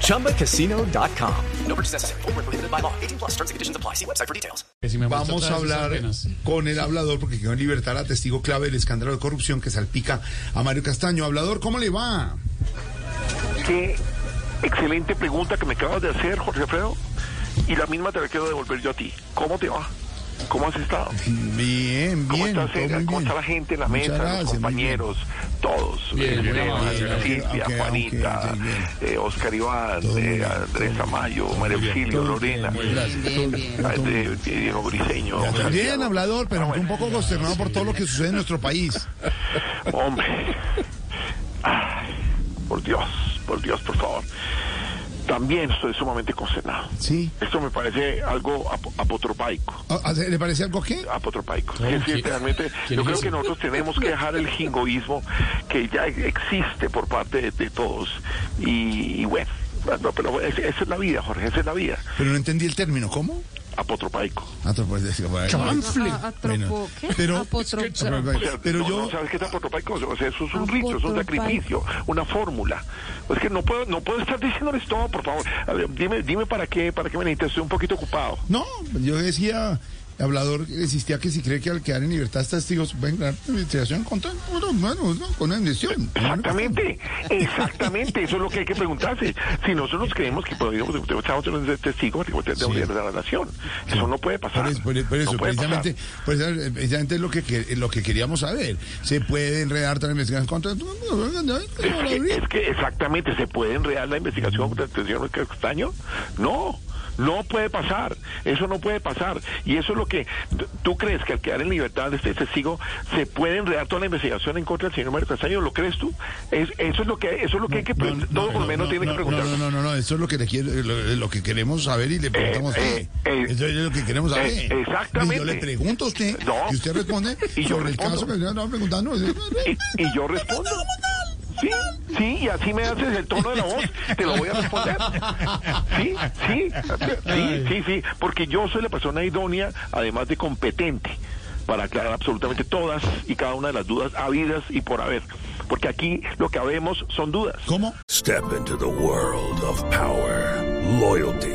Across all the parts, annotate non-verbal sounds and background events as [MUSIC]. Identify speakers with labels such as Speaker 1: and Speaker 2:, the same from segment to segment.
Speaker 1: ChumbaCasino.com. No purchase necessary. Void where prohibited by law. 18 plus terms and conditions apply. See website for details.
Speaker 2: Que si me muestro
Speaker 3: Vamos a
Speaker 2: otra vez esas
Speaker 3: hablar
Speaker 2: apenas.
Speaker 3: con el hablador porque quedó en libertad a testigo clave del escándalo de corrupción que salpica a Mario Castaño. Hablador, ¿cómo le va?
Speaker 4: Qué excelente pregunta que me acabas de hacer, Jorge Alfredo. Y la misma te la quiero devolver yo a ti. ¿Cómo te va? ¿Cómo has estado?
Speaker 3: Bien,
Speaker 4: ¿Cómo,
Speaker 3: bien.
Speaker 4: estás,
Speaker 3: todo
Speaker 4: Edgar?
Speaker 3: muy
Speaker 4: ¿Cómo
Speaker 3: bien.
Speaker 4: está la gente en la
Speaker 3: Muchas
Speaker 4: mesa,
Speaker 3: gracias, muy
Speaker 4: los
Speaker 3: bien.
Speaker 4: compañeros, todos?
Speaker 2: Bien,
Speaker 4: Eh,
Speaker 2: muy amable,
Speaker 4: Elena,
Speaker 2: aunque-
Speaker 4: Silvia,
Speaker 3: aunque-
Speaker 4: Juanita,
Speaker 3: aunque- bien.
Speaker 4: eh, Oscar Iván,
Speaker 3: Todo muy
Speaker 4: eh,
Speaker 3: bien,
Speaker 4: Andrés Amayo, María Auxilio,
Speaker 3: Todo bien,
Speaker 4: Lorena,
Speaker 3: muy gracias.
Speaker 4: eh, eh, Diego Briseño.
Speaker 3: Ya estoy Bien,
Speaker 4: Santiago.
Speaker 3: hablador, pero un
Speaker 4: eh,
Speaker 3: poco consternado por todo lo que sucede en nuestro país.
Speaker 4: Hombre. Ay, por Dios, por Dios, por favor. También estoy sumamente consternado.
Speaker 3: Sí.
Speaker 4: Esto me parece algo ap- apotropaico.
Speaker 3: ¿A- a- Ah, ¿Le parece algo qué?
Speaker 4: Apotropaico.
Speaker 2: Oh,
Speaker 4: Es decir,
Speaker 2: ¿quién-
Speaker 4: realmente,
Speaker 2: quién
Speaker 4: yo
Speaker 2: es
Speaker 4: creo
Speaker 2: ese?
Speaker 4: que nosotros tenemos que dejar el jingoísmo que ya existe por parte de, de todos. Y, y bueno, no, pero es- esa es la vida, Jorge, esa es la vida.
Speaker 3: Pero no entendí el término. ¿cómo?
Speaker 4: Apotropaico.
Speaker 3: Atropo- [LAUGHS] bueno,
Speaker 2: Chanfle.
Speaker 5: A-
Speaker 3: bueno,
Speaker 5: atropo- ¿qué?
Speaker 3: Pero,
Speaker 5: Apotro-
Speaker 4: O sea,
Speaker 3: [LAUGHS] pero
Speaker 4: no, no,
Speaker 3: yo,
Speaker 4: ¿Sabes qué es apotropaico? O sea, eso es un rito, es un
Speaker 5: Apotropaico.
Speaker 4: sacrificio, una fórmula. Es que no puedo, no puedo estar diciéndoles todo, por favor. A ver, dime, dime para qué, para qué me necesitas. Estoy un poquito ocupado.
Speaker 3: no, yo decía, hablador, insistía que si cree que al quedar en libertad está testigos, pueden ganar investigación contra, bueno, bueno, ¿no? con amnistión.
Speaker 4: Exactamente, exactamente, eso es lo que hay que preguntarse. Si nosotros creemos que podríamos estamos en un testigo de la nación, eso no puede pasar.
Speaker 3: Por eso, por- por
Speaker 4: No
Speaker 3: eso,
Speaker 4: puede
Speaker 3: precisamente,
Speaker 4: pasar.
Speaker 3: por eso, precisamente es lo que, que- lo que queríamos saber. ¿Se puede enredar toda la investigación contra.?
Speaker 4: Es que, es que exactamente se puede enredar la investigación contra el señor Castaño. No, no puede pasar. Eso no puede pasar. Y eso es lo que t- tú crees que al quedar en libertad de este testigo se puede enredar toda la investigación en contra del señor Mario Castaño. ¿Lo crees tú? Es- eso es lo que eso es lo que hay que
Speaker 3: No,
Speaker 4: pre-
Speaker 3: no,
Speaker 4: todo por lo
Speaker 3: no,
Speaker 4: menos
Speaker 3: no,
Speaker 4: tiene que
Speaker 3: no,
Speaker 4: preguntar.
Speaker 3: No, no, no, no, eso es lo que, le quiero- lo, lo que queremos saber y le preguntamos a usted.
Speaker 4: eh, eh,
Speaker 3: eso es lo que queremos
Speaker 4: eh,
Speaker 3: saber.
Speaker 4: exactamente.
Speaker 3: Y yo le pregunto a usted
Speaker 4: No.
Speaker 3: y usted responde
Speaker 4: [LAUGHS] Y yo
Speaker 3: sobre el
Speaker 4: respondo. Eh,
Speaker 3: caso que le estaba preguntando.
Speaker 4: Y, y yo respondo. Sí, sí, y así me haces el tono de la voz, te lo voy a responder. Sí, sí, sí, sí, sí, porque yo soy la persona idónea, además de competente, para aclarar absolutamente todas y cada una de las dudas habidas y por haber. Porque aquí lo que habemos son dudas.
Speaker 3: ¿Cómo?
Speaker 6: Step into the world of power, loyalty,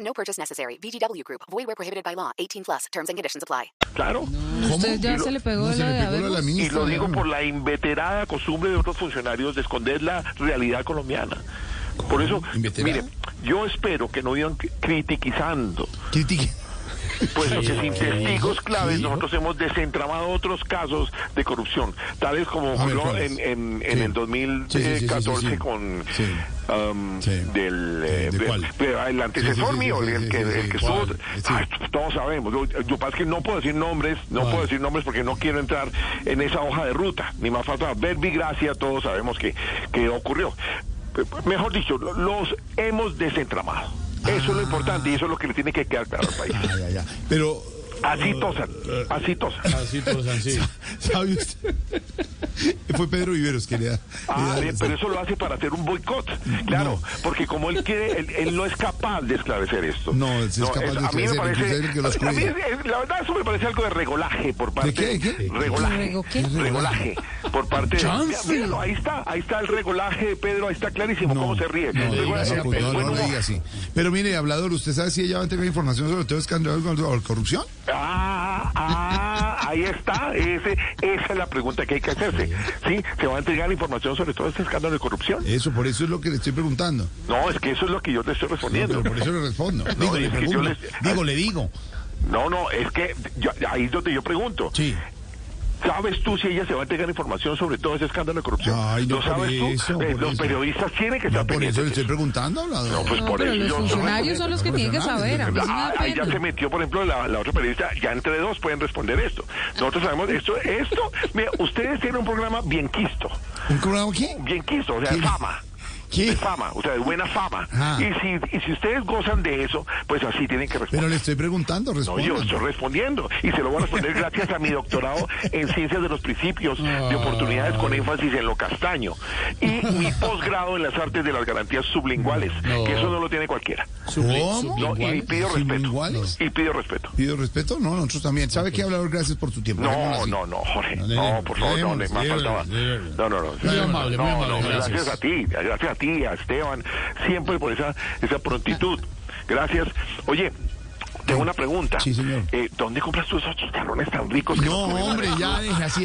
Speaker 7: No purchase necessary. VGW Group. Void where prohibited by law. 18 plus. Terms and conditions apply.
Speaker 4: Claro.
Speaker 5: Usted ya
Speaker 4: Y lo-
Speaker 5: se le pegó
Speaker 3: No,
Speaker 5: de
Speaker 3: se
Speaker 5: lo
Speaker 3: le
Speaker 5: de
Speaker 3: pegó lo de la
Speaker 5: haber
Speaker 3: mini-
Speaker 4: Y lo digo por la inveterada costumbre de otros funcionarios de esconder la realidad colombiana. Por eso,
Speaker 3: ¿Inveterada?
Speaker 4: mire, yo espero que no vivan critiquizando
Speaker 3: Critique.
Speaker 4: Pues que sin testigos claves nosotros hemos desentramado otros casos de corrupción, tales como
Speaker 3: A ver,
Speaker 4: ocurrió
Speaker 3: ¿cuáles?
Speaker 4: en, en, en
Speaker 3: Sí.
Speaker 4: el
Speaker 3: Sí, sí, sí, sí, sí,
Speaker 4: 2014
Speaker 3: sí.
Speaker 4: con
Speaker 3: Sí.
Speaker 4: am,
Speaker 3: Sí.
Speaker 4: del
Speaker 3: Eh,
Speaker 4: eh,
Speaker 3: ¿de
Speaker 4: de-
Speaker 3: cuál?
Speaker 4: de- el antecesor
Speaker 3: sí,
Speaker 4: mío,
Speaker 3: sí,
Speaker 4: el
Speaker 3: sí,
Speaker 4: que,
Speaker 3: sí, sí,
Speaker 4: el que
Speaker 3: sí.
Speaker 4: estuvo,
Speaker 3: ¿Cuál? Sí.
Speaker 4: Ay, todos sabemos, yo, yo pasa es que no puedo decir nombres, no
Speaker 3: ¿Cuál?
Speaker 4: puedo decir nombres porque no quiero entrar en esa hoja de ruta, ni más falta verbigracia, todos sabemos que, que ocurrió. Mejor dicho, lo- los hemos desentramado. Eso es lo importante y eso es lo que le tiene que quedar claro al país.
Speaker 3: Ah, ya, ya. Pero,
Speaker 4: Así
Speaker 3: Ah,
Speaker 4: tosan, así tosan.
Speaker 2: Así por así.
Speaker 3: ¿sabe usted? [LAUGHS] Fue Pedro Viveros que le da.
Speaker 4: Ah,
Speaker 3: le
Speaker 4: bien,
Speaker 3: da-
Speaker 4: pero eso lo hace para hacer un boicot,
Speaker 3: Mm,
Speaker 4: claro, porque como él quiere, él, él no es capaz de esclarecer esto.
Speaker 3: No, él sí es capaz de
Speaker 4: a mí me
Speaker 3: esclarecer,
Speaker 4: parece-
Speaker 3: inclusive el que los
Speaker 4: a mí
Speaker 3: cuide.
Speaker 4: es- es- la verdad eso me parece algo de regolaje por parte
Speaker 3: qué? ¿Qué?
Speaker 4: regolaje,
Speaker 5: ¿Rego qué?
Speaker 4: regolaje por parte de, Mira,
Speaker 2: Chanfle.
Speaker 4: míralo, ahí está, ahí está el regolaje de Pedro, ahí está clarísimo cómo se ríe.
Speaker 3: No, diga
Speaker 4: Regolaje,
Speaker 3: así, pues,
Speaker 4: el
Speaker 3: no,
Speaker 4: buen
Speaker 3: no, no
Speaker 4: humor.
Speaker 3: diga así. Pero mire, hablador, ¿usted sabe si ella va a tener información sobre todo escándalo de corrupción?
Speaker 4: Ah, ah, ahí está. Ese, esa es la pregunta que hay que hacerse. Sí, se va a entregar información sobre todo este escándalo de corrupción.
Speaker 3: Eso, por eso es lo que le estoy preguntando.
Speaker 4: No, es que eso es lo que yo te estoy
Speaker 3: No,
Speaker 4: respondiendo.
Speaker 3: pero por eso le
Speaker 4: [LAUGHS]
Speaker 3: respondo. Digo,
Speaker 4: es
Speaker 3: le
Speaker 4: que
Speaker 3: pregunto.
Speaker 4: yo les-
Speaker 3: Digo, le digo.
Speaker 4: No, no, es que yo- ahí es donde yo pregunto.
Speaker 3: Sí.
Speaker 4: ¿Sabes tú si ella se va a entregar información sobre todo ese escándalo de corrupción?
Speaker 3: Ay, no
Speaker 4: ¿Lo sabes
Speaker 3: por eso,
Speaker 4: tú? Eh,
Speaker 3: por
Speaker 4: los
Speaker 3: eso.
Speaker 4: periodistas tienen que estar
Speaker 3: No, por
Speaker 4: pendientes.
Speaker 3: eso le
Speaker 4: de
Speaker 3: estoy preguntando,
Speaker 4: No,
Speaker 3: hablador.
Speaker 4: pues
Speaker 2: No,
Speaker 4: por
Speaker 2: pero
Speaker 4: eso
Speaker 2: los
Speaker 4: yo-
Speaker 2: funcionarios son los que tienen que saber. A mí sí me da
Speaker 4: Ah, ahí ya
Speaker 2: pena.
Speaker 4: se metió, por ejemplo, la, la otra periodista. Ya entre dos pueden responder esto. Nosotros sabemos esto. Esto, mira, ustedes tienen un programa bienquisto.
Speaker 3: ¿Un programa qué?
Speaker 4: Bienquisto, o sea, de
Speaker 3: ¿Qué?
Speaker 4: fama.
Speaker 3: ¿Qué?
Speaker 4: De fama, o sea, de buena fama.
Speaker 3: Ah.
Speaker 4: Y, si, y si ustedes gozan de eso, pues así tienen que responder.
Speaker 3: Pero le estoy preguntando,
Speaker 4: No,
Speaker 3: responda.
Speaker 4: yo estoy respondiendo y se lo voy a responder gracias a mi doctorado en ciencias de los principios de oportunidades con énfasis en lo castaño y mi posgrado en las artes de las garantías sublinguales, que eso no lo tiene cualquiera.
Speaker 3: ¿Cómo?
Speaker 4: No, y pido respeto.
Speaker 3: ¿Sublinguales?
Speaker 4: Y pido respeto.
Speaker 3: Pido respeto, no, nosotros también. ¿Sabe qué, hablador? Gracias por tu tiempo. Dejémoslo
Speaker 4: No,
Speaker 3: así.
Speaker 4: no, no, Jorge.
Speaker 3: No,
Speaker 4: No, por favor,
Speaker 3: dejemos,
Speaker 4: no, me más faltaba.
Speaker 3: dejemos, dejemos.
Speaker 4: No, no, no.
Speaker 3: Muy amable, muy
Speaker 4: No,
Speaker 3: amable,
Speaker 4: no,
Speaker 3: gracias.
Speaker 4: Gracias a ti, gracias a ti, a Esteban, siempre por esa, esa prontitud. Gracias. Oye. Tengo una pregunta.
Speaker 3: Sí, señor.
Speaker 4: Eh, ¿Dónde compras tú esos chicharrones tan ricos? que
Speaker 3: No,
Speaker 4: nos comemos?
Speaker 3: hombre, ya deje así.